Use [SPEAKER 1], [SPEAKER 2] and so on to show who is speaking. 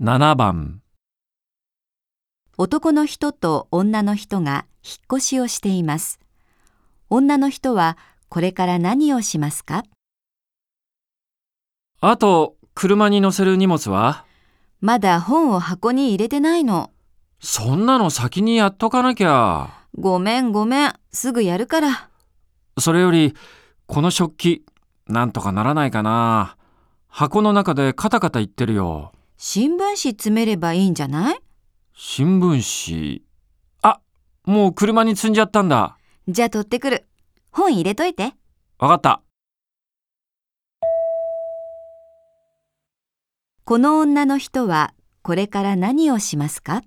[SPEAKER 1] 7番
[SPEAKER 2] 男の人と女の人が引っ越しをしています。女の人はこれから何をしますか
[SPEAKER 1] あと車に乗せる荷物は
[SPEAKER 2] まだ本を箱に入れてないの。
[SPEAKER 1] そんなの先にやっとかなきゃ
[SPEAKER 2] ごめんごめん。すぐやるから。
[SPEAKER 1] それよりこの食器なんとかならないかな箱の中でカタカタ言ってるよ
[SPEAKER 2] 新聞紙詰めればいいんじゃない
[SPEAKER 1] 新聞紙あもう車に積んじゃったんだ
[SPEAKER 2] じゃあ取ってくる。本入れといて。
[SPEAKER 1] わかった
[SPEAKER 2] この女の人はこれから何をしますか